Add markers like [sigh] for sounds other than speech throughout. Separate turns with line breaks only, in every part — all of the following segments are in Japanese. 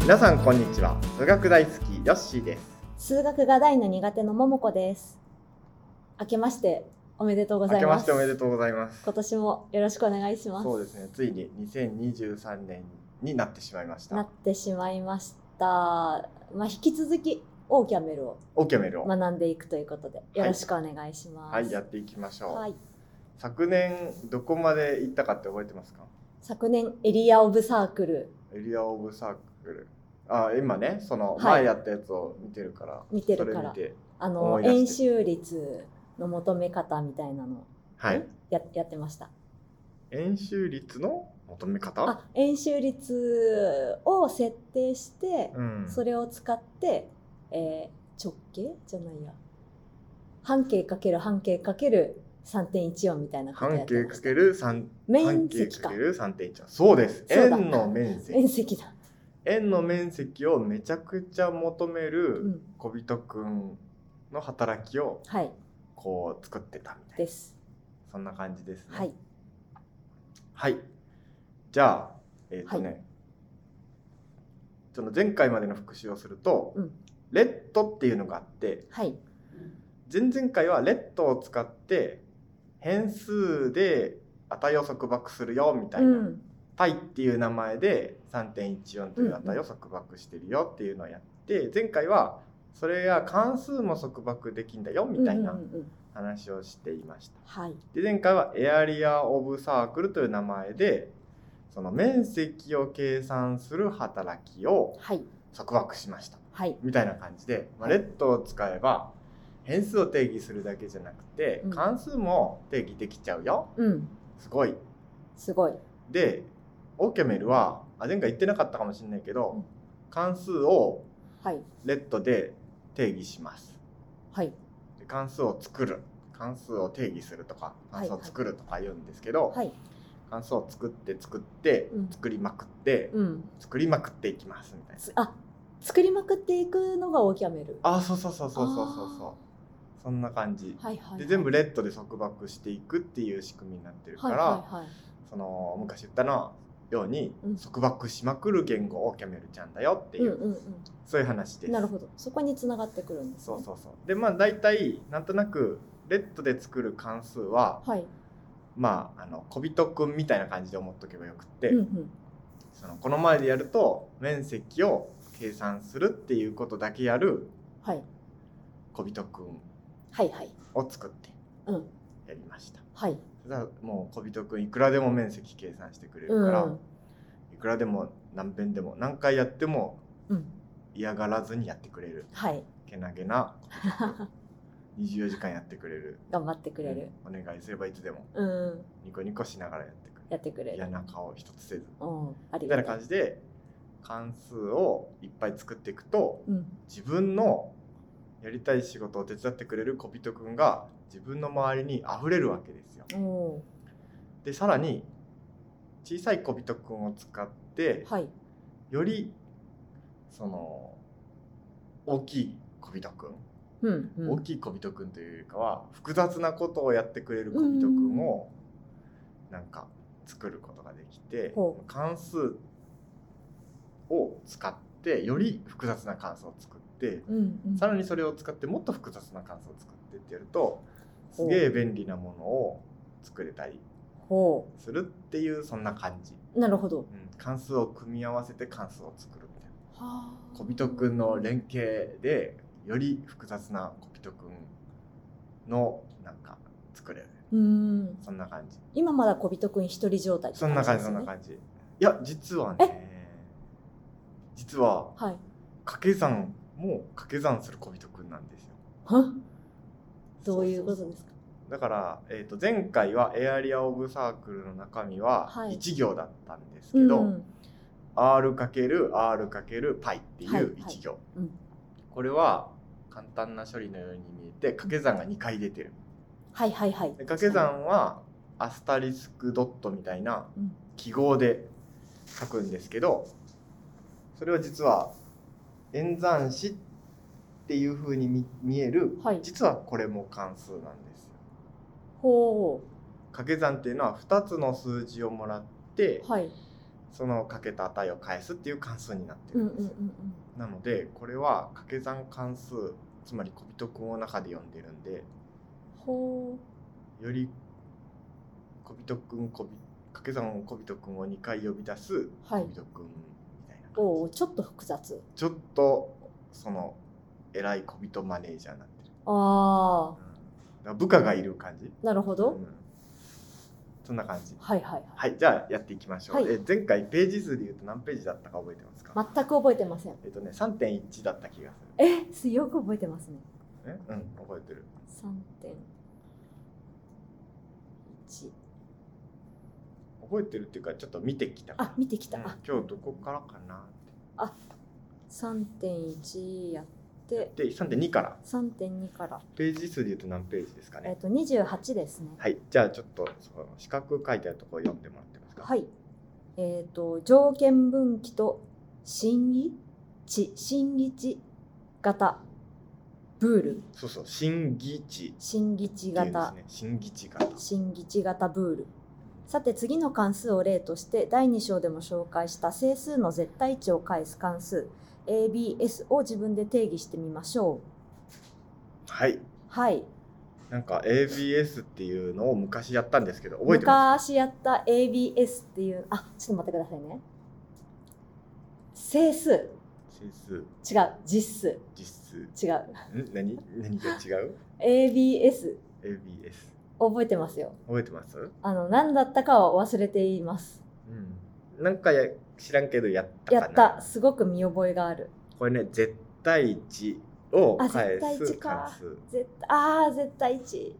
皆さんこんにちは数学大好きヨッシーです
数学が大の苦手のももこです。明けましておめでとうござ
明
い
けま
ま
し
す。
ておめでとうございます
今年もよろしくお願いします。
そうですねついに2023年になってしまいまし
なったてしまいました。まあ引き続きオーキャメルを
オーケーメールを、
学んでいくということで
い
よろしくお願いします。
はいやっていきましょう、
はい
昨年どこまで行ったかって覚えてますか
昨年エリアオブサークル
エリアオブサークルあ今ねその
はい
前やったやつを見てるから、
見てるか
そ
ら
れ見て
あ
思
の
い出
演
して
習率の求め方みたいなの
はい
ややってました。
演習率の求め方
あ演習率を設定して、
うん
それを使って、えー直径じゃないや半径かける半径かける3.14みたいなことや
半
ってま
径
した
かける三
面積
半径か
か
ける三点一そうです
そうだ
円の面積
面積だ、
円の面積をめちゃくちゃ求め
う
る
ん、
小人くんの働きを
はい
こう作ってたみたいな
です
そんな感じですね
はい
はい、じゃあえっ、とね、その前回までの復習をすると、
うん
レッドっていうのがあって
はい
前々回はレッドを使って変数で値を束縛するよみたいうな、
ん
パイっていう名前で3.14という値を束縛してるよっていうのをやって、前回はそれが関数も束縛できんだよみたい
うん
な
うんうんうん
話をしていました。
はい
で前回はエアリア・オブ・サークルという名前でその面積を計算する働きを
はい
束縛しました
はい
みたいな感じで、まあ、レッドを使えば変数を定義するだけじゃなくて
うん
関数も定義できちゃうよ
うん
すごい
すごい
でオーキャメルはあ前回言ってなかったかもしれないけど、
うん
関数を
はい
レッドで定義します
はい
で関数を作る関数を定義するとか関数を作るとか言うんですけど、
はい
関数を作って作って、
うん
作りまくって、
うん
作りまくっていきますみたいな
つあ作りまくっていくのがオーキャメル
あそうそうそうそうそうそうそうそんな感じ、
はいはいはい
で全部レッドで束縛していくっていう仕組みになってるから、
はいはいはい
その昔言ったのように、
うん
束縛しまくる言語オーキャメルちゃんだよっていうう、
んうん
そういう話です。
うんなるほどそこに繋がってくるんです、
そ
ね、
うそうそう。でまあ大体なんとなくレッドで作る関数は
はい
まああの小人くんみたいな感じで思っとけばよくって、
うんうん
そのこの前でやると面積を計算するっていうことだけやる
はい
小人くん
はいはい
を作って
うん
やりました。
はい
ただもう小人くんいくらでも面積計算してくれるから、
うん
いくらでも何遍でも何回やっても
うん
嫌がらずにやってくれる
はい
けなげな小人
[laughs]
くん24時間やってくれる
頑張ってくれる。
お願いすればいつでも
うん、
ニコニコしながらやってくれ
やってく
る
れ
嫌
る。
な顔一つせず
うん、あり
みたいな
がとう
感。じで関数をいっぱい作っていくと
うん、
自分のやりたい仕事を手伝ってくれる小人くんが自分の周りに溢れるわけですよ。
お
でさらに小さい小人くんを使って
ーはい、
よりその大きい小人くん、
うん、うん
大きい小人くんというよりかは複雑なことをやってくれる小人くんをなんか作ることができて
ほ
関数を使ってより複雑な関数を作って
うん、うん
さらにそれを使ってもっと複雑な関数を作ってってやるとすげえ便利なものを作れたり
ほ
するっていうそんな感じ、
う、なるほど。
うん、関数を組み合わせて関数を作るみたいな
はあ
小人くんの連携でより複雑な小人くんのなんか作れる
うん、
そんな感じ
今まだ小人くん一人状態って
そんな感じ
です
そ
ね
んな感じいや実はね実は
はい、
掛け算も掛け算する小人くんなんですよ
は、どういうことですか。
だから、えー、と前回はエアリア・オブ・サークルの中身は
はい
1行だったんですけど、
うん
R×R×π ってい
はいはいう
1行、
うん
これは簡単な処理のように見えて掛け算が2回出てる
はい、はい、はい。
で掛け。算はアスタリスクドットみたいな
うん
記号で書くんですけどそれは実は演算子っていうふうに見見える、
はい
実はこれも関数なんですよ。
ほ
掛け算っていうのは2つの数字をもらって
う、はい、
そのかけた値を返すっていう関数になって
う
る
ん
ん
うん
で
う
す
ん
よ、なのでこれは掛け算関数つまり小人君を中で読んでるんで
ほ
より小人君小人掛け算を小人君を2回呼び出す
うは
小
い
人君みたいな感じ、
おおちょっと複雑
ちょっとその偉い小人マネージャーになってる、
あ
うんだから部下がいる感じ
あなるほ
う
ど
んそんな感じ
はいはいは
はいじゃあやっていきましょう、
はい
え前回ページ数で言うと何ページだったか覚えてますか、
い全く覚えてません
えっとね3.1だった気がする
えよく覚えてますね
えうん覚えてる
3.1
覚えてるっていうかちょっと見てきたから
あ見てきた、
うん
あ
今日どこからかなって
3.1やって
で3.2から
3.2から
ページ数で言うと何ページですか
えっ、
ね
と28ですね
はいじゃあちょっとその四角書いてあるところ読んでもらってますか
はい。えっ、と条件分岐と審議値審議値型ブール
そうそう新議地
審議値
っていうんです
型
ね新議地型
審議値型ブールさて次の関数を例として第2章でも紹介した整数の絶対値を返す関数 ABS を自分で定義してみましょ
はい。
う。はい。
なんか ABS っていうのを昔やったんですけど、覚えてま
昔やった ABS っていうあちょっと待ってくださいね。整数
す整数、
違う実
実数。
数違う
ん
[laughs]
何何が違う
ABS
?ABS。
覚えてますよ
覚えてます
あの何だったかは忘れています
うん。なんかや知らんけどやったか
や
な。
ったすごく見覚えがある
これね、絶対値を
あ
返
絶対
す
値か
関数。
絶あー絶対1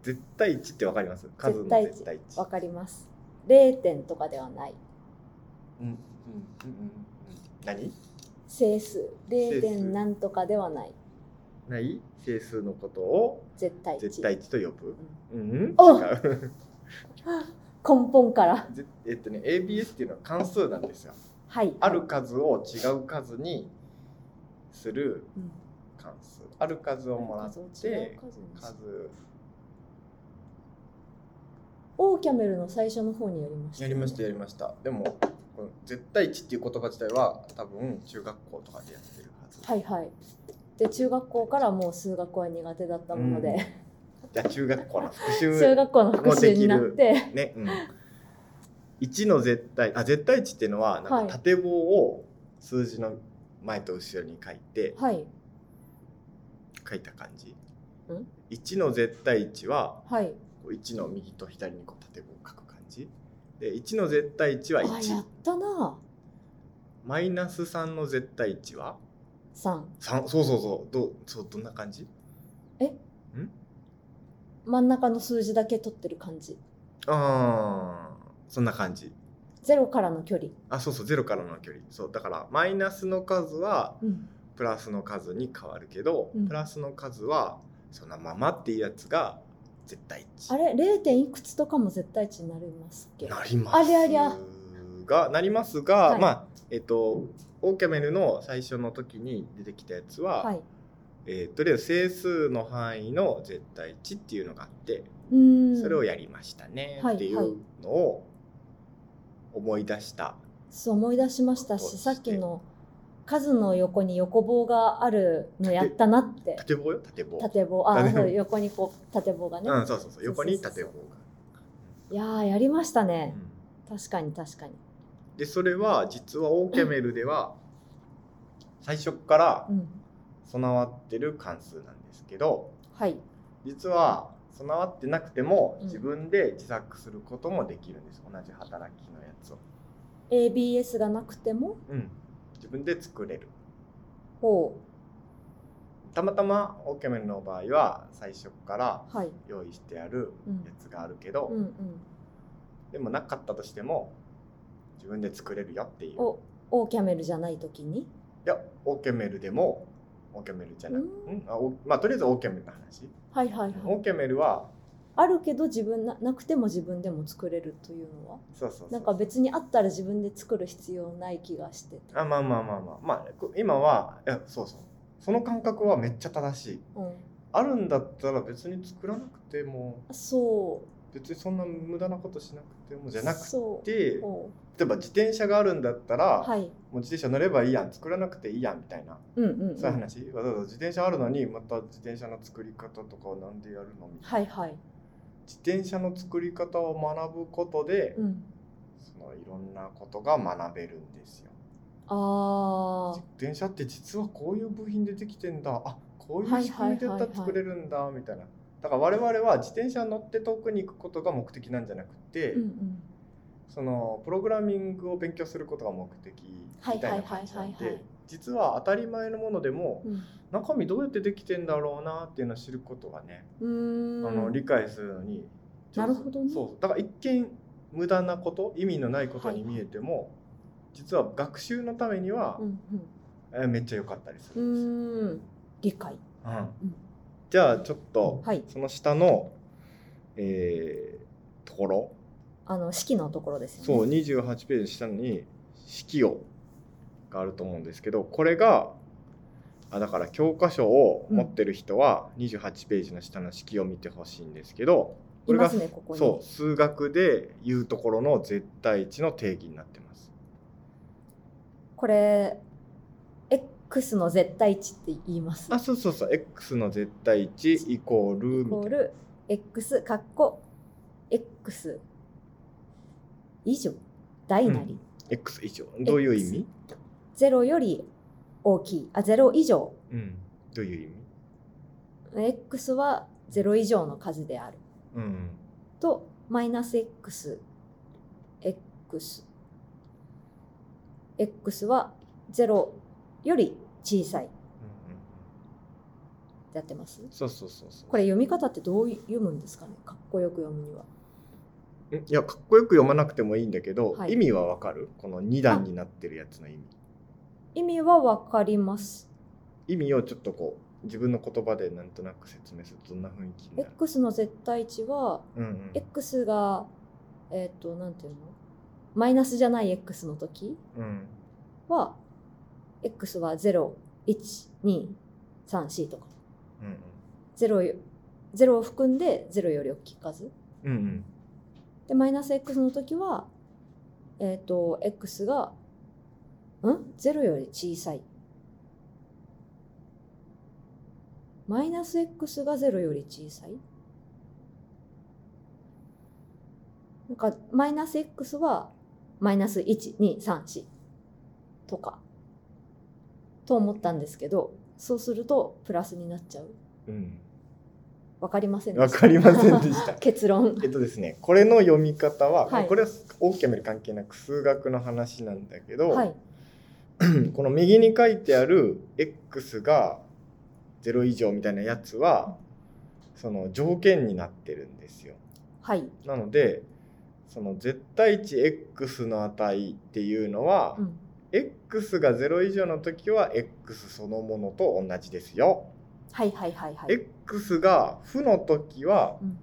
絶対値ってわかります数の
絶対値
絶対値。
わかります0点とかではない
うんうんうんうんうん。何
整数0
整数
点なんとかではない
ない整数のことを
絶対値
絶対値と呼ぶ。うん、うん、違
お
う。
根本から
[laughs] ぜえっとね、ABS っていうのは関数なんですよ。
はい
ある、数を違う数にする
うん、
関数ある数をもらっ
数を違
て
う数にす
数
るオーキャメルの最初の方にやりました
や
ね、
りましたやりましたでもこの絶対値っていう言葉自体は多分中学校とかでやってるはず
はいはいで中学校からもう数学は苦手だったもの
うん
で、
じゃあ中学校の復
[laughs] 中
習
学校の復習になっ
もう
て
ねうん1の絶対あ絶対値っていうのはな
は
ん
い
か縦棒を数字の前と後ろに書いて
はい
書いた感じ
うん
1の絶対値は
はい
こう1の右と左にこう縦棒を書く感じで1の絶対値は
あや
1
ったな
マイナス3の絶対値は
3
3そうそうそうどうそうどんな感じ
真ん中の数字だけ取ってる感じ
ああそんな感じ
ゼロからの距離、
あそうそう0からの距離そうだからマイナスの数は
うん、
プラスの数に変わるけど、
うん
プラスの数はそのままっていうやつが絶対値
あれ 0. 点いくつとかも絶対値になりますっけ
なります
ありゃりゃ
がなりますが、
はい
まあえっとオーキャメルの最初の時に出てきたやつは、
はい
えーとりあえず整数の範囲の絶対値っていうのがあって、
うーん
それをやりましたね
はい
っていうのを思い出した、
そう思い出しました
そうで
し
す
さ
ね
っきの数の横に横棒があるのやったなって
縦棒よ縦棒
縦棒あ
縦棒
そう横にこう縦棒がね、
うんそうそうそう横に
そうそう
縦
そ
棒
う
が、
いやーやりました
う
ね、
ん
確かに確かに
でそれは実はオーキャメルでは最初から
うん
備わってる関数なんですけど
はい
実は備わってなくても
うん
自分で自作することもできるんです、同じ働きのやつを、
ABS がなくても
うん、自分で作れる
ほ
たまたまオーキャメルの場合は最初から
うはい
用意してあるやつがあるけど、
うんうん
でもなかったとしても自分で作れるよっていう
おオーキャメルじゃない時に
いやオーキャメルでもオーキャメルじゃなく
うん
うんあおまあとりあえずオーキャメルの話
はいはいはい
オーキャメルは
あるけど自分ななくても自分でも作れるというのは
そうそうそう
なんか別にあったら自分で作る必要ない気がしてた、
あまあまあまあまあまあこ今はいやそうそうその感覚はめっちゃ正しい
うん、
あるんだったら別に作らなくても
そう
別にそんな無駄なことしなくてもじゃなく
そう
て例
ほ
えば自転車があるんだったら、
うはい
もう自転車乗ればいいやん作らなくていいやんみたいな
うんうん、うん、
そういう話、わざわざ自転車あるのにまた自転車の作り方とかをなんでやるのみたいな、
はいはい
自転車の作り方を学ぶことで、
うん
そのいろんなことが学べるんですよ
あ
自転車って実はこういう部品でできてんだあこうい
は
う
い
仕
はい
組
はいはい
みでやったら作れるんだみたいなだから我々は自転車に乗って遠くに行くことが目的なんじゃなくて、
ーうんうん
そのプログラミングを勉強することが目的みたいな感じなん
はいはいはいはいは
で
い
実は当たり前のものでも
うん
中身どうやってできてんだろうなっていうのを知ることがね、
うーん
あの理解するのに
なるほどね
そうそうだから一見無駄なこと意味のないことに
はいはい
見えても、実は学習のためには
う、ん
えめっちゃ良かったりす
う
るんですよ。
んうーん理解
うん
ん
じゃあちょっと、
はい
その下の、えーところ
あの式のところですよね
そう28ページ下に「式を」があると思うんですけどこれがあだから教科書を持ってる人は28ページの下の式を見てほしいんですけど、こ
い
れ
ま
が
すねここに
そう数学で言うところの絶対値の定義になってます。
これ X の絶対値って言います
あそうそうそう x の絶対値イコール
イコ
み
ー
たいな
ル X かっこ X 以上大なり、
x 以上どういう意味、
ゼロ0より大きいあ0以上
うん、どういう意味、
X は0以上の数である
うん、
とマイナス X X X は0より小さい
うんうん
やってます
そうそうそうそう
これ読み方ってどう読むんですかねかっこよく読むには。
んいやかっこよく読まなくてもいいんだけど、
はい
意味はわかるこの2段になってるやつの意味
意味はわかります。
意味をちょっとこう自分の言葉でなんとなく説明するとどんな雰囲気になる、
X の絶対値は
うんうん、
X がえっ、となんていうのマイナスじゃない X の時
うん
は X は01234とか
うん
0よ0を含んで0より大きい数
うんうんうん
でマイナス X の時はえっ、と X がん ?0 より小さいマイナス X が0より小さいなんかマイナス X はマイナス1234とかと思ったんですけどそうするとプラスになっちゃう
うん
わかりません
わかりませんで
し
した
た [laughs] 結論
えっとですねこれの読み方は、
はい
これは大きな目に関係なく数学の話なんだけど、
はい
この右に書いてある x が0以上みたいなやつはその条件になってるんですよ。
はい
なのでその絶対値 x の値っていうのは、
うん
x が0以上の時は x そのものと同じですよ。
はいはいはいはい。
x が負の時は
うん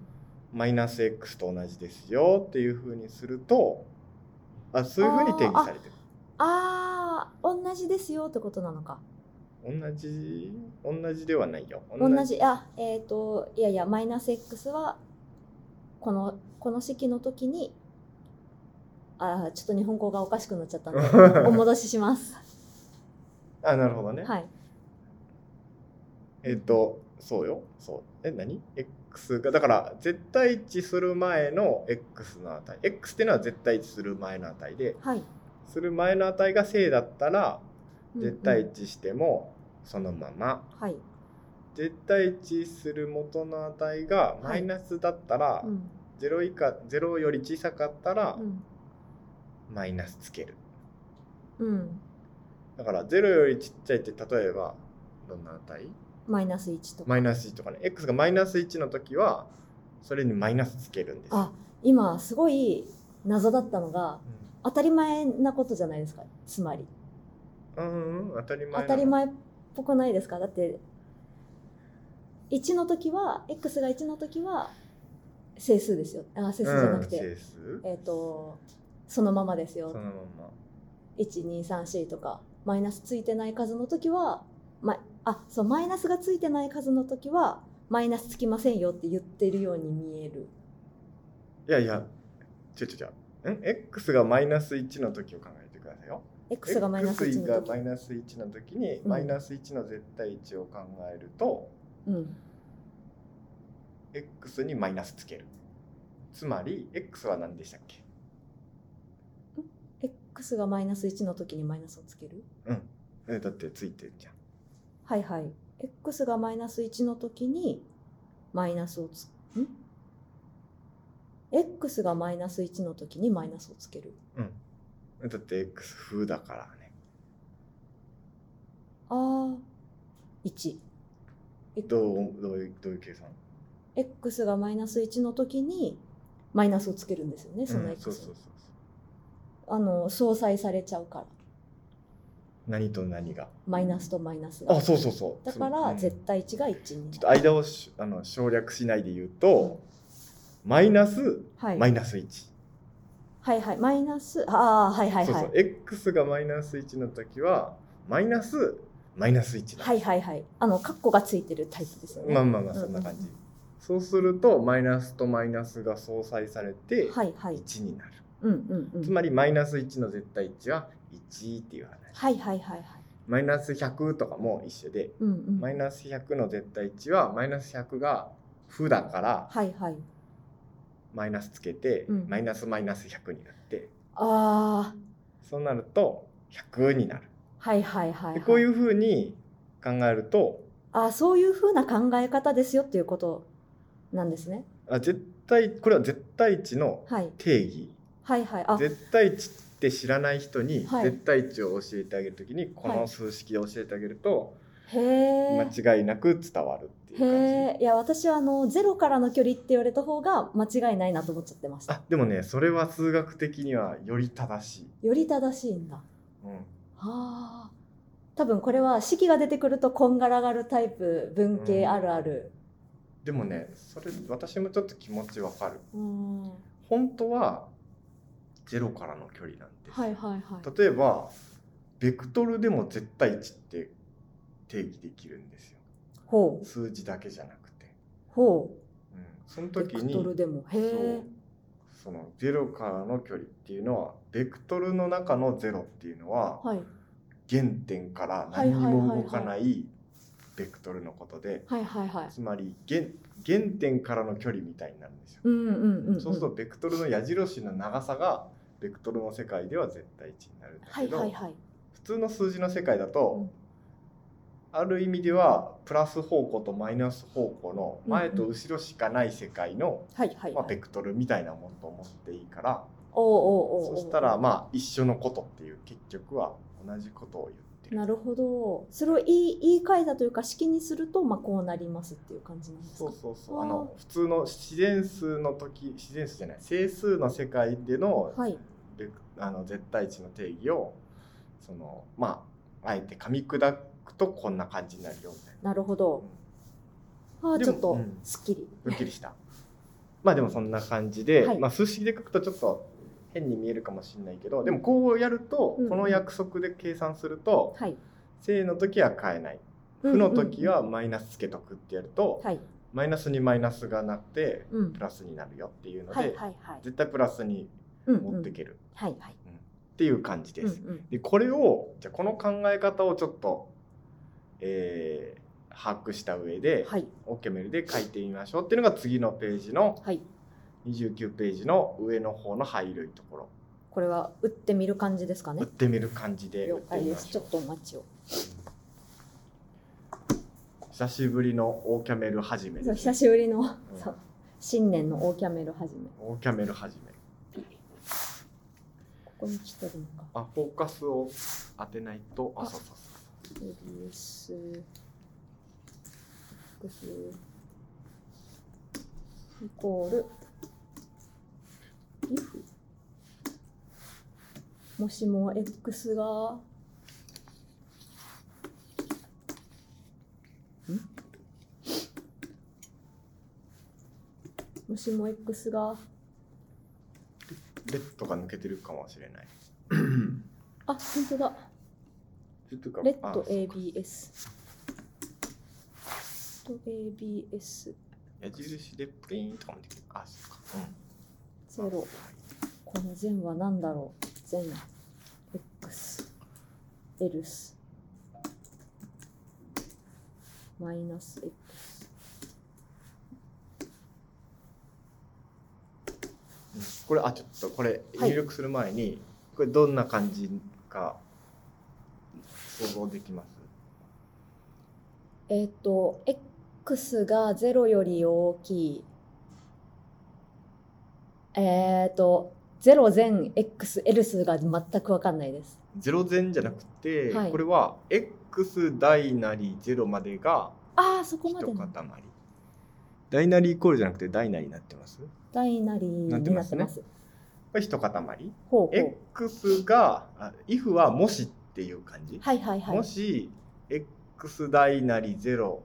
マイナス x と同じですよっていうふうにするとあそういうふうに定義されてる。
ああ同じですよってことなのか。
同じ同じではないよ。
同
[laughs]
じあえっ、といやいやマイナス x はこのこの式の時にあーちょっと日本語がおかしくなっちゃったんで
[laughs]
お戻しします。
あなるほどね。
はい。
えっ、とそうよそうえ何 ?x がだから絶対値する前の x の値 x っていうのは絶対値する前の値で
はい。
する前の値が正だったら
うん
絶対値してもそのまま、
うんはい。
絶対値する元の値がマイナスだったら
うん
0以下0より小さかったら
うん
マイナスつける
うん
だから0よりちっちゃいって例えばどんな値
マイナス1とか。
マイナス1とかね x がマイナス1の時はそれにマイナスつけるんですよ
あ今すごい謎だったのが当たり前なことじゃないですかつまり。
うん、うん、当たり前な
当
の
たり前っぽくないですかだって1の時は x が1の時は整数ですよあ整数じゃなくて、
うん、整数
えっ、とそのままです
その
よ
ま
1234とかマイナスついてない数の時は、ま、あそうマイナスがついてない数の時はマイナスつきませんよって言ってるように見える
いやいや違う違う違うん X がマイナス1の時を考えてくださいよ
X がマイナス
X
1
が
の
マ
時
イナス1の時に、
うん
マイナス1の絶対値を考えると
うん
X にマイナスつけるつまり X は何でしたっけ
X がマイナス1の時にマイナスをつける
えだってついてるじゃん
はいはい X がマイナス1の時にマイナスをつん X がマイナス1の時にマイナスをつける
だって X 風だからね
あー1
どうどういうどういう計算
X がマイナス1の時にマイナスをつけるんですよねその
うんそうそ
X
うそうそう
あの相殺されちゃうから
何と何が
マイナスとマイナスが
あそうそうそう
だか
そう
ら
うん
絶対値が1に
ちょっと
な
間をしあの省略しないで言うと、マイナス
はい
マイナス1、
はいはいマイナスああはいはい
そう
は
そ
いう
X がマイナス1の時はマイナスマイナス1だ、
はいはいはいあのカッコがついてるタイプですよね
まあまあまあそんな感じ、そうするとマイナスとマイナスが相殺されて
はいはい
1になる、
うんうんうん
つまりマイナス1の絶対値は1っていう話
はいはいはいはい
マイナス100とかも一緒で
うんうん
マイナス100の絶対値はマイナス100が負だから
はいはい
マイナスつけて、
うん
マイナスマイナス100になって
ああ
そうなると100になる、
はいはいはい、は
で
い、
こういうふうに考えると
あーそういうふうな考え方ですよっていうことなんですね
あ絶対これは絶対値の
はい
定義
はいはいあ
絶対値って知らない人に
はい
絶対値を教えてあげるときにこ
は
の
い
数式を教えてあげると
へえ
間違いなく伝わるっていう感
へえ
じ。
いや私はあのゼロからの距離って言われた方が間違いないなと思っちゃってました
あでもねそれは数学的にはより正しい。
より正しいんだ
うん
あー多分これは式が出てくるとこんがらがるタイプ文系あるある
でもねそれ私もちょっと気持ちわかる。
うんは
本当はゼロからの距離なんです。
いはいはい
例えばベクトルでも絶対値って定義できるんですよ
ほう
数字だけじゃなくて、
ほ
うん、その
うベ
時
ク
に
トルでもへえ
そうそのゼロからの距離っていうのはベクトルの中のゼロっていうのは
はい
原点から
はい
何
はいはいはい
も動かないベクトルのことで
はいはいはい
つまり原原点からの距離みたいになるんですよ。
うんうんうんうん
そうするとベクトルの矢印の長さがベクトルの世界では絶対値になるんだ
は
け
い
ど、
はいはい
普通の数字の世界だと、ある意味ではプラス方向とマイナス方向の前と後ろしかない世界の、
はいはい
まあ、
は
ベ
い
クトルみたいなものと思っていいから、
おうおうおうお
そうしたらまあ一緒のことっていう結局は同じことを言ってる。
なるほどそれを言い言い換えたというか式にするとまあこうなりますっていう感じなんです
そ
か
うそうそう
あー
あの普通の自然数の時自然数じゃない整数の世界での
はい
ベクあの絶対値の定義をそのまああえて噛み砕くとこんな感じになるよみたいな。
なるほ
う
ど
ん
ああ
で
ち
も
ょっと
うん
すっきり
ドッキリした。まあでもそんな感じで、
はい
まあ数式で書くとちょっと変に見えるかもしれないけど、でもこうやると、
うん
この約束で計算すると、
はい
正の時は変えない、負の時はマイナスつけとくってやると、
はい
マイナスにマイナスがなって
うん
プラスになるよっていうので、
はいはいはい
絶対プラスに
うんう
持っ
ん
ていける
はいはい
っていう感じです。
うんうん
でこれをじゃあこの考え方をちょっと、えー把握した上で、
はい
OK メールで書いてみましょうっていうのが次のページの
はい
29ページの上の方の灰色いところ、
これは打ってみる感じですか
打
ね
ってみる感じで打
了
って
解
み
で
ますし
ち
ょ
ょっとお待ちを
う久しぶりのオーキャメル始め
そう
です
久
ね
しぶりの、
うん
そう新年のオーキャメル始め
オーキャメル始め
ここに来てるのか
あフォーカスを当てないとあ
あ
そうそうそう
イギリス複数イコール if もしも x がんもしも x が
レッドが抜けてるかもしれない
あ本当だ
ちょっとか
レッド
あ
ABS レッド ABS
矢印でプリンとかもできるあそうか、
ゼロこの善は何だろう善 x エルスマイナス x
これあちょっとこれ
はい
入力する前に、これどんな感じか想像できます
えっ、と x が0より大きいえっ、と0全 x エルスが全く分かんないです
ゼロ前じゃなくて、
はい
これは x 大なりゼロまでが
ああそこ
一
まで
塊
な
大なりイコールじゃなくて大なりになってますこ
ダイナリーになってます
なってれ一塊
ほうほう
x があ if はもしっていう感じ、
はいはいは
も
い
し x 大なりゼロ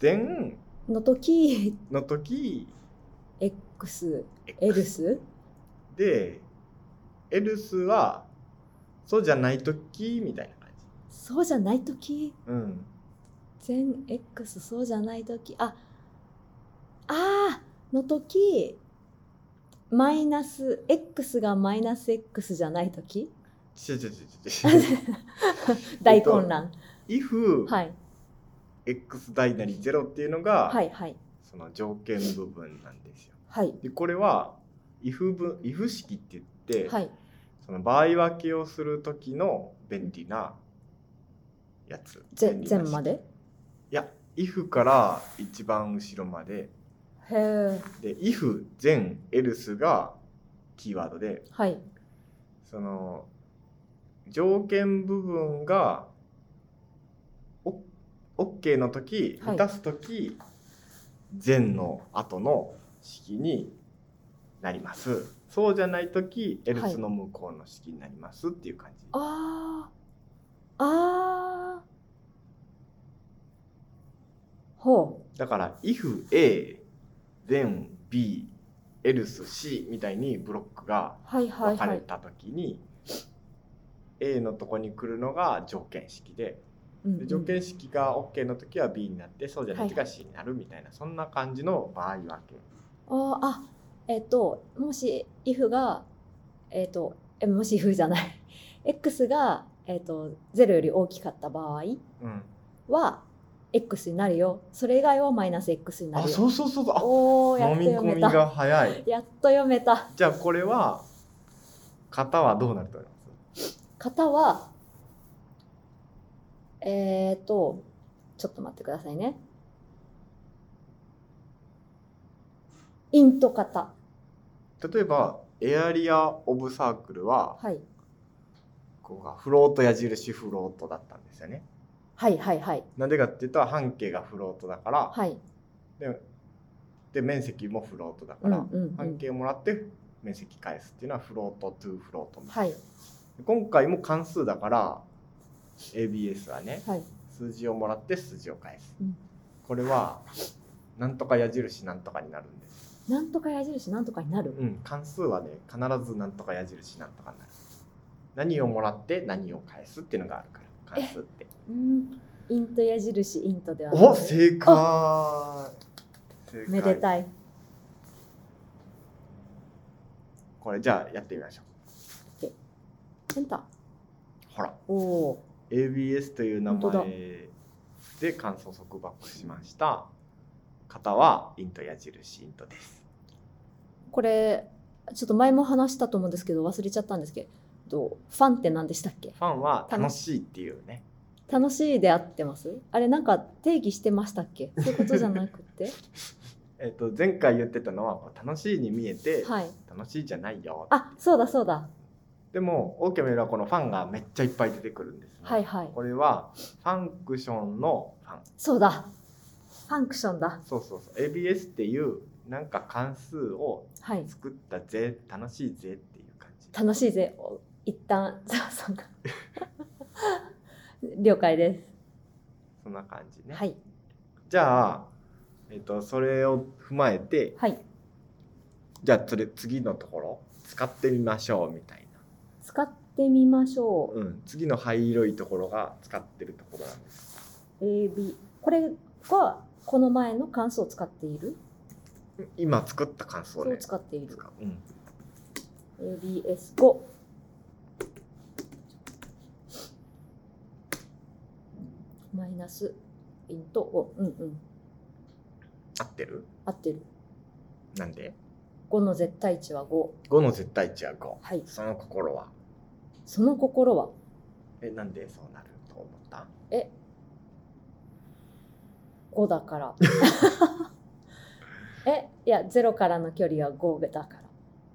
前
の時
の時
x エルス
でエルスはそうじゃない時みたいな感じ
そうじゃない時
うん
全 X そうじゃない時ああーの時マイナス X がマイナス X じゃない時
ちょちょちょ
[laughs]
ちょちょ
大混乱、
if、
はい
x 大なりゼロっていうのが、
はいはい
その条件部分なんですよ
はい
でこれは if 分 if 式って言って、
はい
その場合分けをする時の便利なやつ
ぜ
便利な式
全まで
いや if から一番後ろまで
へえ
で if 全 else がキーワードで
はい
その条件部分がお OK の時
は
満
い
たす時、全の後の式になりますそうじゃない時
い
else の向こうの式になりますっていう感じ、
あーあーほ
だから if A 全 B else C みたいにブロックが
うはいはい
分か
は
れ
い
た時に、A のとこに来るのが条件式で
うんう
で
ん
条件式が OK の時は B になってそうじゃない時
は
は C になるみたいなそんな感じの場合分け
あーあえっ、ともし if がえっ、とえもし if じゃない [laughs] x が、えっと0より大きかった場合
うん、
は x になるよそれ以外はマイナス x にな
あ
るよ
そうそうそうそう
おお
あ
やっ
飲
と
み込
読め
み
た
が早い
やっと読めた
じゃあこれは型はどうなると思います
型はえっ、とちょっと待ってくださいねイント型
例えばエアリア・オブ・サークルは
はい
ここがフロート矢印フロートだったんですよね
はいはいはい
なんでかっていうと半径がフロートだから、
はい
でで面積もフロートだか
うん
ら、
うんう
半
ん
径をもらって面積返すっていうのはフロートトゥフロート、
はい
今回も関数だから ABS はね
はい
数字をもらって数字を返す、
うん
これはなんとか矢印なんとかになるんです、
なんとか矢印なんとかになる。
うん、関数はね必ずなんとか矢印なんとかになる何をもらって何を返すっていうのがあるから関数って
うん、イント矢印イントでは
お
な
正解正
めでたい。
これじゃあやってみましょ
センター。
うほら
おお
ABS という名
本当だ
前で感想束縛しました方はイント矢印イントです
ー。これちょっと前も話したと思うんですけど忘れちゃったんですけど、ファンって何でしたっけ？
ファンは楽しいっていうね
楽しいで合ってます？あれなんか定義してましたっけ？そういうことじゃなく
[laughs]
て、
えっと前回言ってたのはこう楽しいに見えて
はい。
楽しいじゃないよ
あ、そうだそうだ。
でもオーケーメールはこのファンがめっちゃいっぱい出てくるんですね、
はいはい。
これはファンクションのファン
そうだ。ファンクションだ。
そうそうそう ABS っていうなんか関数を
はい。
作ったぜ楽しいぜっていう感じ
楽しいぜ。お一旦 [laughs] そうそう。
[laughs]
了解で
そんな感じ
す。
ね、
はい
じゃあ、えっとそれを踏まえて
はい。
じゃあそれ次のところ使ってみましょうみたい
使ってみましょう
な、。うん、次の灰色いところが使ってるところなんです
AB これがこの前の関数を使っている
今作った感想
それを
ね。
使っている。
使ううん
ABS5。マイナスイント5。うんうん。
合ってる
合ってる。
なんで
5の絶対値は5。
?5 の絶対値は5。
はい。
その心は
その心は、
え、なんでそうなると思った
え、5だから。え、いや、0からの距離は5だから。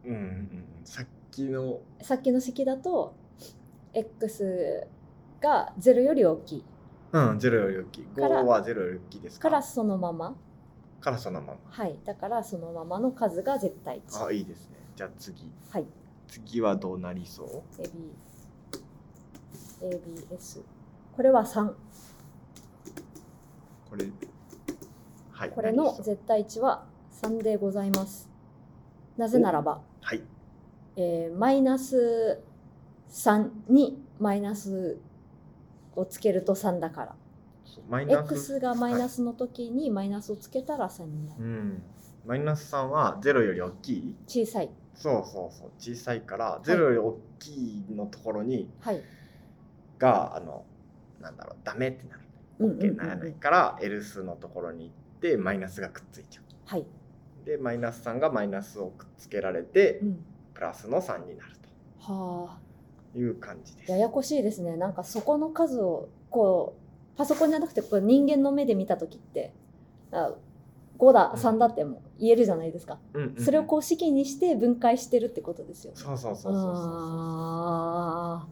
うんうんうん。さっきの。
さっきの式だと x が0より大きい
うん、0より大きい。
から
5は0より大きいですか
からそのまま
からそのまま。
はいだからそのままの数が絶対値
あ、いいですね。じゃあ次。
はい
次はどうなりそう
AB ABS これは3
これ。はい。
これ
な
の
りそう
絶対値は3でございますなぜならば
はい。
えーマイナス3にマイナスをつけると3だから
そうマイナス。
x がマイナスの時にマイナスをつけたら3にな
う
る
ん。マイナス3は0より大きい
小さい
そうそうそう小さいから0より大きいのところに
はい
があのなんだろうダメってなる
うんうん
OK に
う
なら
んう
ない
ん
から L 数のところに行ってマイナスがくっついちゃ
はい、
うでマイナス3がマイナスをくっつけられて
うん、
プラスの3になる
はあ
という感じです
ややこしいですねなんかそこの数をこうパソコンじゃなくてこう人間の目で見た時ってあ5だ
うん
3だっても言えるじゃないですか、
うんうん
それをこう式にして分解してるってことですよね
そうそうそうそうそうそ
あ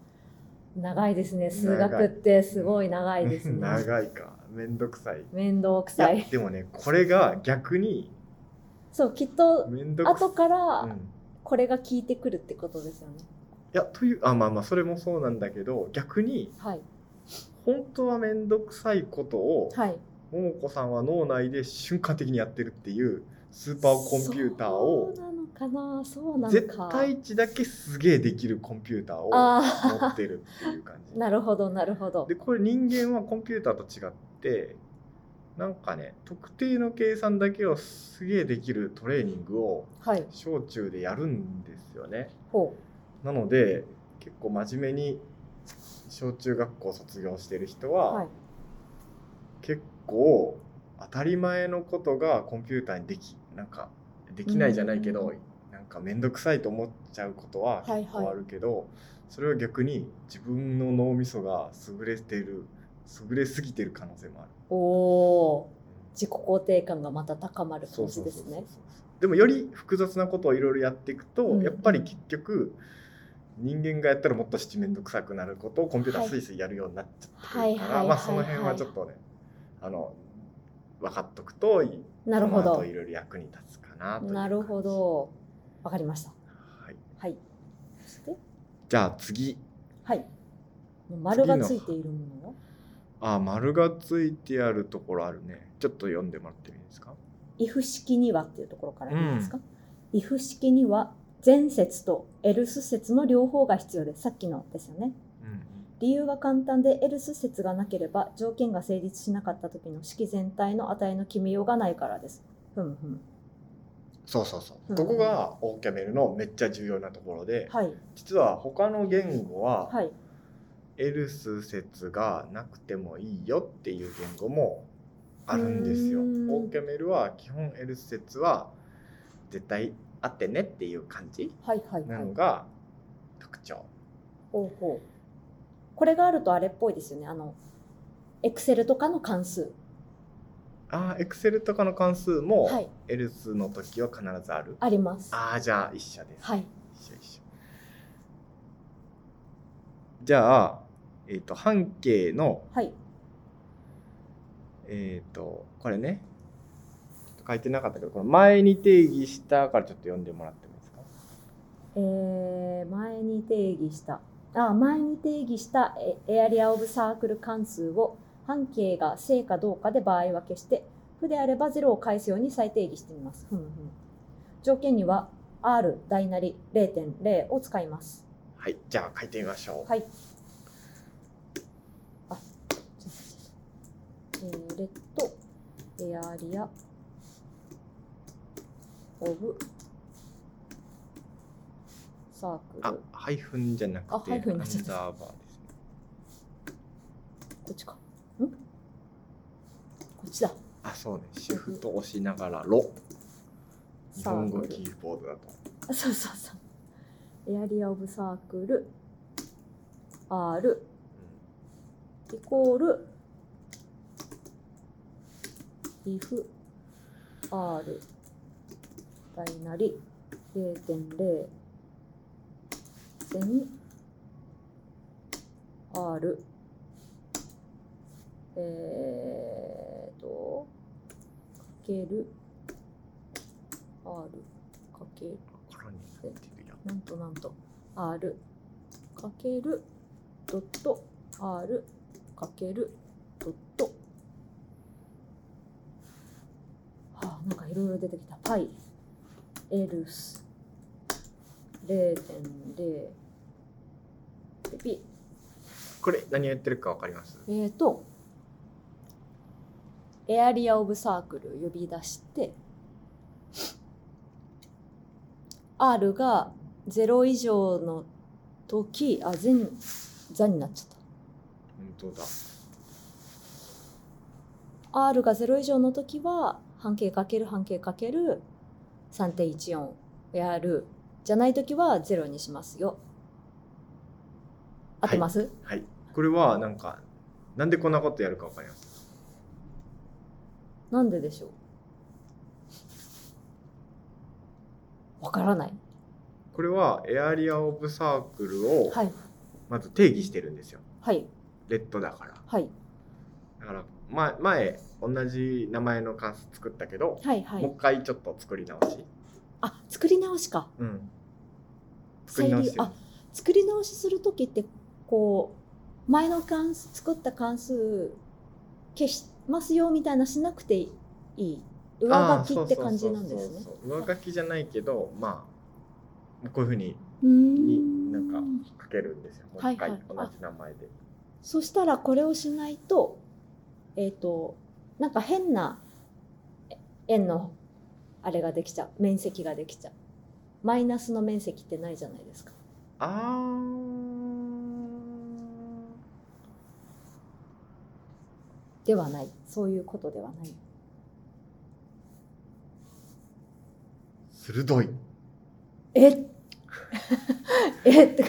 ー長いですね数学ってすごい長
う
いですね
長いかめんどくさい
面倒く
い
さ
や
い
でもねこれが逆に
そうきっと
めんどくさ
後か
う
ら
ん
これが効いてくるってことですよね
いやというあまあまあそれもそうなんだけど逆に
はい
本当は面倒くさいことを
はい
桃子さんは脳内で瞬間的にやってるっていうスーパーコンピューターを
そうなのかなそうなのか
絶対値だけすげえできるコンピューターを持
ああ
ってるっていう感じ
[laughs] なるほどなるほど
でこれ人間はコンピューターと違ってなんかね特定の計算だけをすげえできるトレーニングを
はい
小中でやるんですよね
ほう
なので結構真面目に小中学校卒業してる人は、
はい
結構当たり前のことがコンピューターにできなんかできないじゃないけど、
う
なんか面倒くさいと思っちゃうことは
はい
結構あるけど、それは逆に自分の脳みそが優れてる優れすぎてる可能性もある。
おおー自己肯定感がまた高まる感じですね
でもより複雑なことをいろいろやっていくと、
うん
やっぱり結局人間がやったらもっとしち面倒くさくなることをコンピューター
はい
スイスイやるようになっちゃってるから、
はいはいはい
まあその辺はちょっとねあの分かっとくといい
なるほ
この
ど
後いろいろ役に立つかなという
なるほどわかりました
感じ、はい、
はいそして
じゃあ次
はい丸がついているもの
あ丸がついてあるところあるねちょっと読んでもらってもいいですか
if 式にはっていうところからいいですか、if 式には前節と else 節の両方が必要ですさっきのですよね
うん
理由は簡単で else 説がなければ条件が成立しなかった時の式全体の値の決めようがないからです。ふむふむ。
そうそうそう、
うん
ここがオーキャメルのめっちゃ重要なところで、
はい。
実は他の言語は、
はい。
エルス説がなくてもいいよっていう言語もあるんですよ。
う
オ
ーん
ーキャメルは基本エルス説は絶対あってねっていう感じ
はいはい
な
は
の
い。
が特徴。
ほうほう。これがあるとあれっぽいですよね。あの、Excel とかの関数。
ああ、エクセルとかの関数も
はい。
エルスの時は必ずある。
あります。
ああ、じゃあ一緒です。
はい。
一緒一緒。じゃあ、えっ、と半径の
はい。
えっ、と、これね、ちょっと書いてなかったけど、この前に定義したからちょっと読んでもらってもいいですか。
えー、前に定義した。あ、前に定義したエエアリアオブサークル関数を半径が正かどうかで場合分けして、負であれば0を返すように再定義してみます。ふんふん条件には R 大なり0.0を使います。
はい、じゃあ書いてみましょう。
はい。あ、ちょっと待ってえーレッドエアリアブサー
あ
クル
ハイフンじゃなくて
あ
ア
ハイ
ン
フンにな
ダ
っちゃった
ーバーですね
こっちかんこっちだ
あそうねシフト押しながらロ日
サー
本語
ク
キ
ル
ーボードだと
あそうそうそうエアリア・オブ・サークル R イコール if r 大なり0.0セミ r えーとかける r かける
コロニーになってるよ
なんとなんと R かけるドット R かけるドットはあなんかいろいろ出てきた π エルス0.0ピピ
これ何をやってるかわかります
えーとエアリア・オブ・サークルを呼び出して R が0以上の時あ全座になっちゃっ
本当だ
た R が0以上の時は半径かける半径かける3.14やるじゃない時は0にしますよ合ってます、
はいこれはなんかなんでこんなことやるかわかります
なんででしょうわからない
これはエアリア・オブ・サークルを
はい
まず定義してるんですよ、
はい
レッドだから
はい
だから前前同じ名前の関数作ったけど、
はいは
もう
い
一回ちょっと作り直し、
あ作り直しか
うん、作
再
り
利
直してる
あ作り直しする時ってこう前の関数作った関数消しますよみたいなしなくていい上書きって感じなんです
あーそ
ね
うそうそうそう上書きじゃないけどまあこういうふうに
うー
になんか
ん
書けるんですよもう
はい
一回
はい
同
あ
じ名前で、
そしたらこれをしないとえっ、となんか変なえ円のあれができちゃう面積ができちゃうマイナスの面積ってないじゃないですか
あー
ではないそういうことではない
鋭い [laughs]
ええって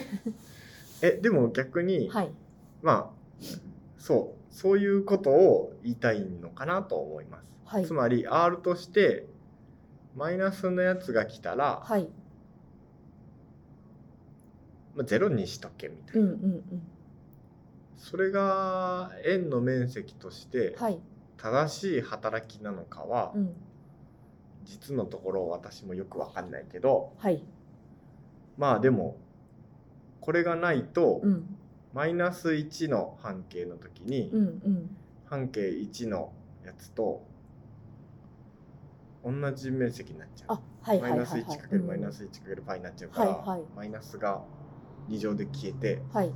えでも逆に、
はい
まあそうそういうことを言いたいのかなと思います、
はい
つまり R としてマイナスのやつが来たら、
はい
まあ、ゼロにしとけみたいな、
うんうんうん
それが円の面積として
はい
正しい働きなのかは、
うん
実のところ私もよくわかんないけど
はい
まあでもこれがないと、
うん
マイナス1の半径の時に、
うんうん
半径1のやつと同じ面積になっちゃう
あ。はいは
マ
い
イナ
はいは
ス
い
1かけるマイナス1かけるパイになっちゃうから、
はいはい
マイナスが2乗で消えて
うんはい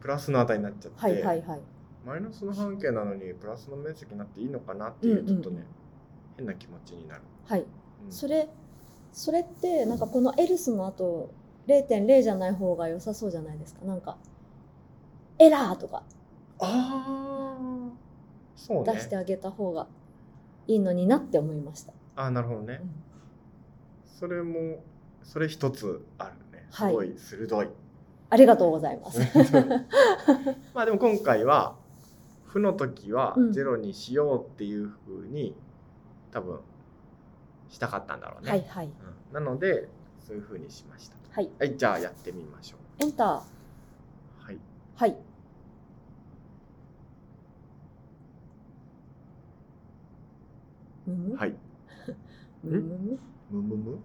プラスの値になっちゃって、
はいはいはい
マイナスの半径なのにプラスの面積になっていいのかなってい
うん
う
うん
ちょっとね、変な気持ちになる。
はい
うん
それそれってなんかこのエルスの後0.0じゃない方が良さそうじゃないですかなんかエラーとか
あーそう
出して
ね。
あげた方がいいのになって思いました、
あーなるほどね
う。ん
それもそれ一つあるね。す
はい
ごい
[laughs]
鋭い。
ありがとうござい
[laughs]
ます
まあでも今回は負の時は
うん
ゼロにしようっていうふうに多分したかったんだろうね、
はいはい
うんなのでそういうふうにしました
はい
はいじゃあやってみましょ
エンター
うはい
はいむむ
はい
むむむ
むむむ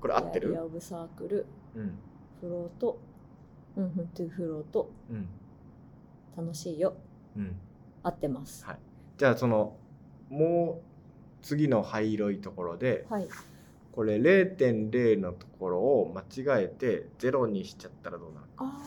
これ合って
エアリア
る
オブサークル
うん
フロートうんうんトゥフロート
うん
楽しいよ
うん
合ってます
じゃあそのもう次の灰色いところで
はい
これ0.0のところを間違えてゼロにしちゃったらどうなるか
あ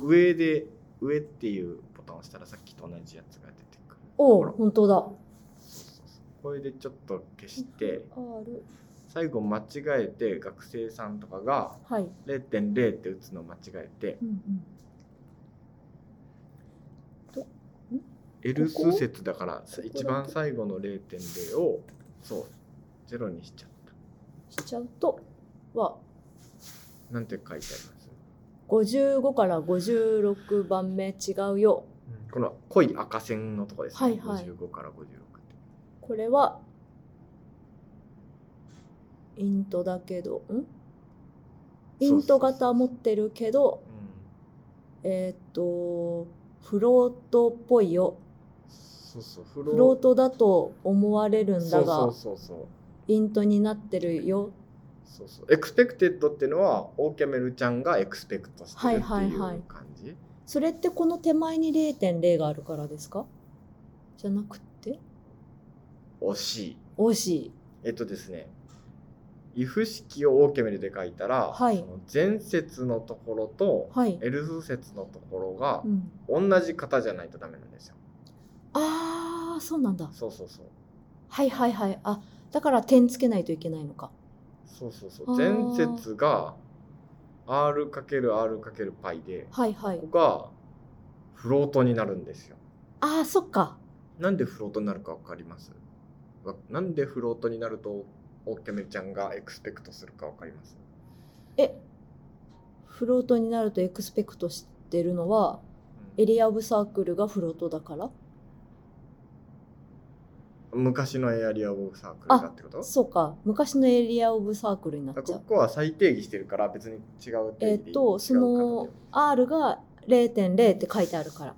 こ
ー
れ上で上っていうボタンを押したらさっきと同じやつが出てくる
お
ほ
お
ら
本当だ
そうそうそうこれでちょっと消して、
R
最後間違えて学生さんとかが
はい、
0.0って打つの間違えて
うんうん、
L 数節だから一番最後の0.0をそうゼロにしちゃっ
しちゃうとは
たなんて書いてあります、
55から56番目違うよ
この濃い赤線のとこですね、
はいはい
55から56って
これはイントだけどんイント型持ってるけど
うん
えーっとフロートっぽいよ
そうそうフ
フロー
ト
トだと思われるんだが
そうそうそうそう
イントになってるよ
そうそうエクスペクテッドっていうのはオーキャメルちゃんがエクスペクトしてるっていう
はい
感
はいはい
じ、
それってこの手前に0.0があるからですかじゃなくって
惜しい
惜しい
えっとですねif 式をオーキャメルで書いたら、
はい
その前節のところと
はい、
L 数節のところが
うん、
同じ型じゃないとダメなんですよ
ああそうなんだ
そうそうそう
はいはいはいあだから点つけないといけないのか
そうそうそ
あ
う前
ー
節が R×R×π で
はいはい
ここがフロートになるんですよ
ああそっか
なんでフロートになるか分かりますわなんでフロートになるとオッキャメルちゃんがエクスペクトするか分かります
えフロートになるとエクスペクトしてるのはエリア・オブ・サークルがフロートだから
昔のエアリア・オブ・サークルだってこと
そうか昔のエリア・オブ・サークルになっ
だか
ちゃ
ら
う
ここは再定義してるから別に違う定
え
義
っ、
でいい
とその R が0.0って書いてあるから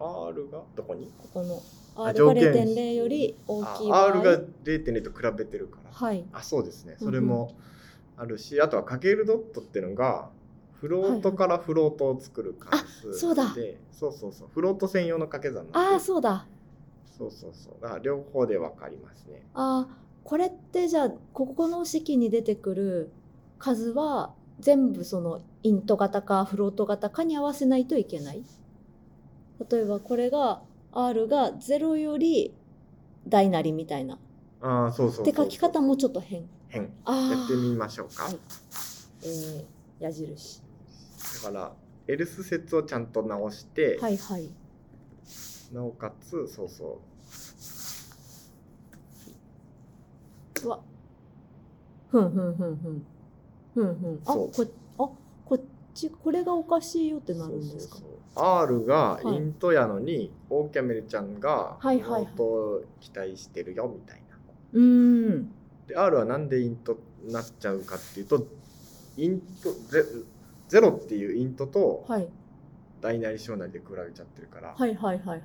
R がどこに
ここの
あ
R が
条件
0.0より大きい場
あ
合
R が0.0と比べてるから
はい
あそうですね
うん
それもあるし、あとはかけるドットっていうのがフロートからフロートを作る関数で、
そうだ
そうそうそうフロート専用の掛け算なんで
ああそうだ
そうそうそうだから両方で分かりますね
あーこれってじゃあここの式に出てくる数は全部そのイント型かフロート型かに合わせないといけない例えばこれが R が0より大なりみたいなっ
ああそうそうそ
て
う
書き方もちょっと変
変や
あ
ってみ
ー
ましょうか、
はいえー矢印
だからエルス説をちゃんと直して、
はいはい
なおかつそうそう
わふんふんふんふんふんふんあ
そう
こあこっちこれがおかしいよってなるんですか
そうそうそう R が
はい
イントやのに、オーキャメルちゃんが
はいはいはい
ノートを期待してるよみたいな。
うーん
で R はなんでイントになっちゃうかっていうとイントゼゼロっていうイントと
はい
大なり小なりで比べちゃってるから、
はいはいはいはい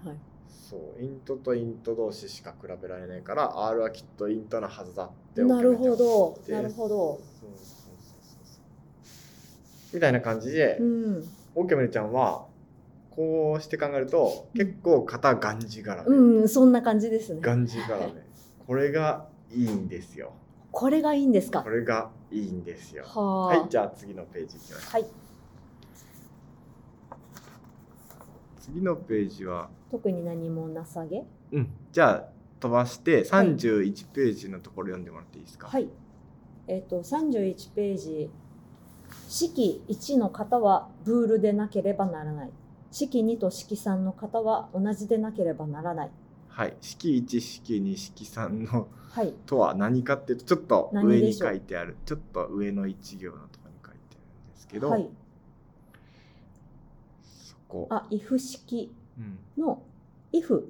そうイントとイント同士しか比べられないから R はきっとイントなはずだって
なるほど
オーキャメルちゃんは思って
なるほど
そうそうそうそうみたいな感じで。
うん、
オーケーメルちゃんはこうして考えると結構肩がんじがらめ、
うん、そんな感じですね。
がんじがらめこれがいいんですよ
これがいいんですか
こ。れがいいんですよ
はあ、
はいじゃあ次のページいきましょう
はい
次のページは
特に何もなさげ。
うんじゃあ飛ばして
はい
31ページのところ読んでもらっていいですか
はい。えっ、と、三十一ページ。式一の方はブールでなければならない。式二と式三の方は同じでなければならない。
はい式1式2式3の
はい。
とは何かっていうとちょっと上
何で
に
しょう
書いてあるちょっと上の1行のところに書いてあるんですけど、
はい。
そこ
あ、if 式
うん
の if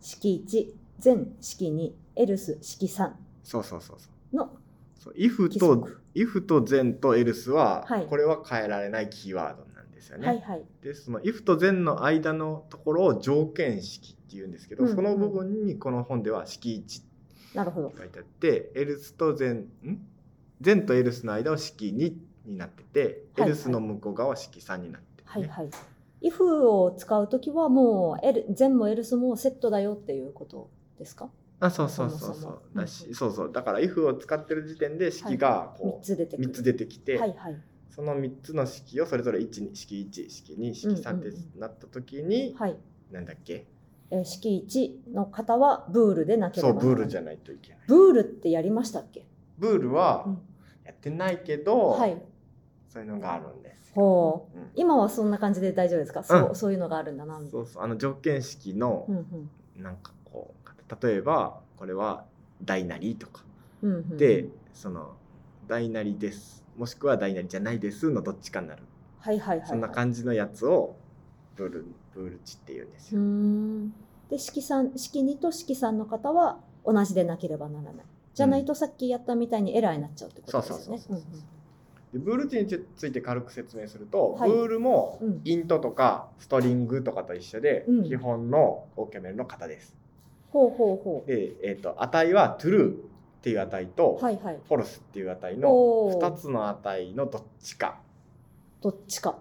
式一、全式二、else 式三
そうそうそうそう
の
そう if
規
と
則。
if と then と else は、
はい
これは変えられないキーワードなんですよね。
はいはい。
でその if と then の間のところを条件式っていうんですけど、
うんうん
その部分にこの本では式1っ
なるほど
て。書いてあって else と then ん then と else の間は式2になってて、
はいはい
else の向こう側は式3になって
は
てね、
いはい。if を使うときはもう、L、全も else もセットだよっていうことですか
あそうそうそう
そもそ
そ
も
うだ
うんう
し
ん
そうそうだから if を使ってる時点で式が
三
こう、
つ出てくる。
3つ出てきて、
はいはい。
その3つの式をそれぞれ1に式1式2式3ってなった時に、
はい。
なんだっけ
えー式1の方はブールでなけれ
そ
ば
う
な
ブールじ
ゃ
ゃないといけない
ブールってやりましたっけ、
ブールは
うん
やってないけど、
はい
そういうのがあるんですよ、
ほう
うん
今はそんな感じで大丈夫ですか、そううんそういうのがあるんだなみたい
そうそうあの条件式の
なうん
なんかこう例えばこれは大なりとか
うんうんうん
で、その大なりですもしくは大なりじゃないですのどっちかになる、
はいはいはいはい
そんな感じのやつをブールブールチって言うんです
うー
よ、
んで式3式2と式3の方は同じでなければならないじゃないとさっきやったみたいにエラーになっちゃうってことですよね
そうそうそうそうでブールチについて軽く説明すると、
はい
ブールも
うん
イントとかストリングとかと一緒で、
うん
基本のオーケーメルの型です
ほうほうほ
で、えー、と値は true っていう値と、
うはいはい
フォルスっていう値の
おー
2つの値のどっちか
どっちか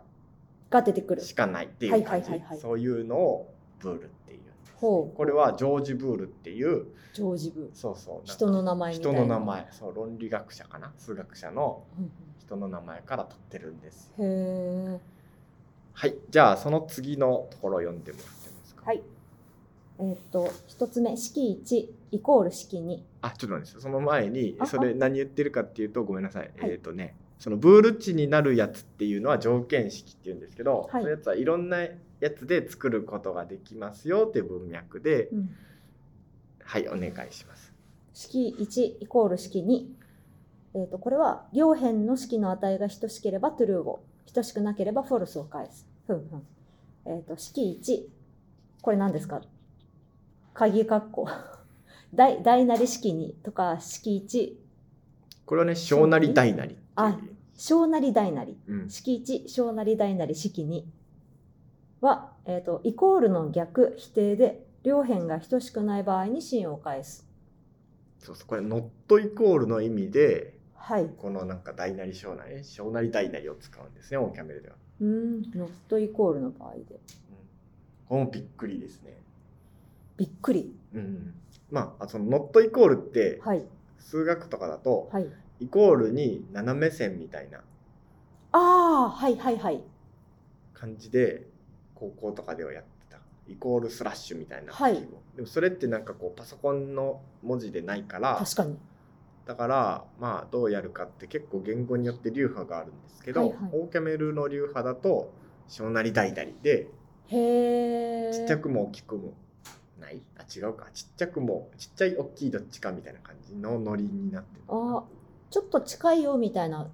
が出てくる
しかないっていう感じ、
はいはいはいはい
そういうのをブールっていうんですね、
ほう
これはジョージ・ブールっていう
ジョージブ
そうそう
人の名前みた
人
いな
の名前そう論理学者かな数学者の
うん
人の名前から取ってるんですよ
うんへえ
はいじゃあその次のところを読んでもらってもいいですか
はいえーっと1つ目式1イコール式2
あちょっと待ってくださいその前に
あ
それ何言ってるかっていうとごめんなさい、
はい
えっ、とねそのブール値になるやつっていうのは条件式っていうんですけど、
はい
そういうやつはいろんなやつで作ることができますよっていう文脈で、
うん
はいお願いします
式1イコール式2、えー、とこれは両辺の式の値が等しければ true を等しくなければ false を返す。ふんふんえー、と式1これ何ですか鍵括弧 [laughs] 大大なり式2とか式1
これはね小なり大なりっていう
あ小なり大なり
うん、
式1小なり大なり式2は、えー、とイコールの逆否定で両辺が等しくない場合に真を返す。
そうそうこれ「ノットイコール」の意味で
はい
このなんか大なり小なり小なり大なりを使うんですねオンキャメルでは、
うーんノットイコールの場合で
うん、これもびっくりですね
びっくり
うんまああその「ノットイコール」って
はい
数学とかだと、
はい
イコールに斜め線みたいな
ああはいはいはい
感じで高校とかではやってたイコールスラッシュみたいな
はい
記号でもそれってなんかこうパソコンの文字でないから
確かに
だからまあどうやるかって結構言語によって流派があるんですけど、
はいはい
オーキャメルの流派だと小なり大なりで
へえ
ちっちゃくも大きくもないあ違うかちっちゃくもちっちゃい大きいどっちかみたいな感じのノリになってる
あーちょっと近いよみたいな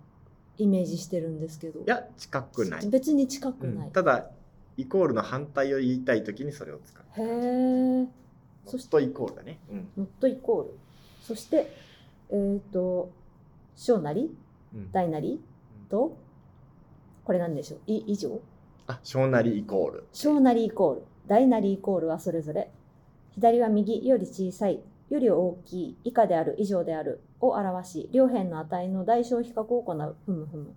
イメージしてるんですけど
いや近くない、
別に近く
うん
ない、
ただイコールの反対を言いたい時にそれを使う
へえ
そしてイコールだね、うん
ノットイコールそしてえっ、と小なり
うん
大なりとこれなんでしょうい以上
あ小なりイコール
小なりイコール大なりイコールはそれぞれ左は右より小さいより大きい以下である以上であるを表し両辺の値の代償比較を行うふむふむ、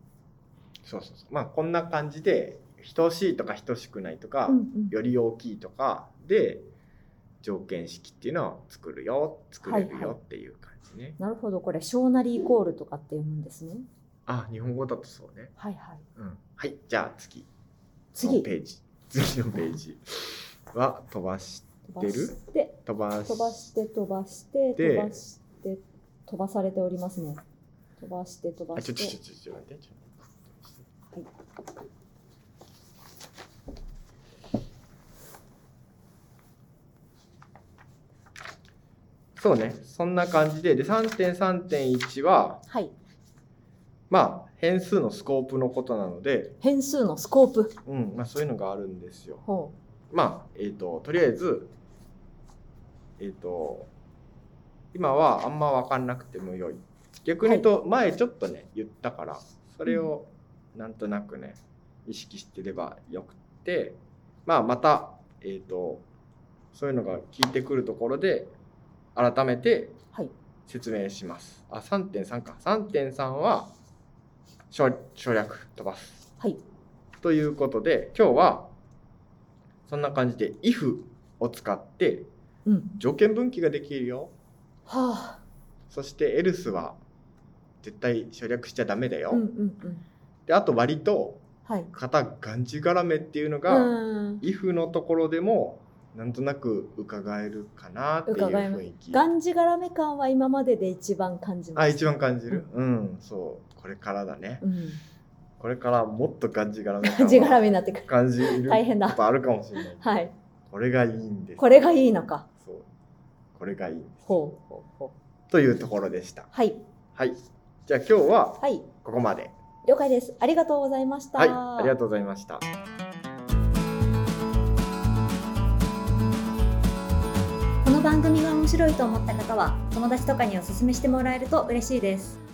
そうそうそうまあこんな感じで等しいとか等しくないとか、
うんうん
より大きいとかで条件式っていうのを作るよ作れる
はいは
よ
い
っていう感じね、
なるほどこれ小なりイコールとかって読むんですね
あ日本語だとそうね
はいはい
うんはいじゃあ次の
次
ページ次のページは飛ばし
飛ばして
飛ばし
飛ばして飛ばし
で
て飛ばして飛ばされておりますね飛ばして飛ば
あち
し
ょちょちょ
て
ちょちょ待ってちょ
はい
そうねそんな感じでで3.3.1は
はい
まあ変数のスコープのことなので、
変数のスコープ
うんまあ、そういうのがあるんですよ。
ほ
まあえっ、ととりあえずえっ、と今はあんま分かんなくてもよい。逆に言うと前ちょっとね言ったからそれをなんとなくね意識してればよくて、まあ、またえっ、とそういうのが効いてくるところで改めて
うはい
説明します。あ、3.3か。3.3は省省略飛ばす。
はい
ということで、今日はそんな感じで if を使って
うん
条件分岐ができるよ。
は
そして else は絶対省略しちゃダメだよ。
あうんうんうん
で、あと割と
はい
型がんじがらめっていうのが、
うん
if のところでもなんとなく伺えるかなっていう
伺えます
雰囲気
がんじがらめ感は今までで一番感じます
あ一番感じるうん、そうこれからだね
うん、
これからもっとがんじがらめ感
がんじがら
は
めになってくる
感じる
大変だ
ことあるかもしれない
はい
これがいいんです
これがいいのか
そうこれがいいんです
ほうほうほう
というところでした
はい
はいじゃあ今日は
はい
ここまで
了解ですありがとうございました、
はいありがとうございました
この番組が面白いと思った方は友達とかにおすすめしてもらえると嬉しいです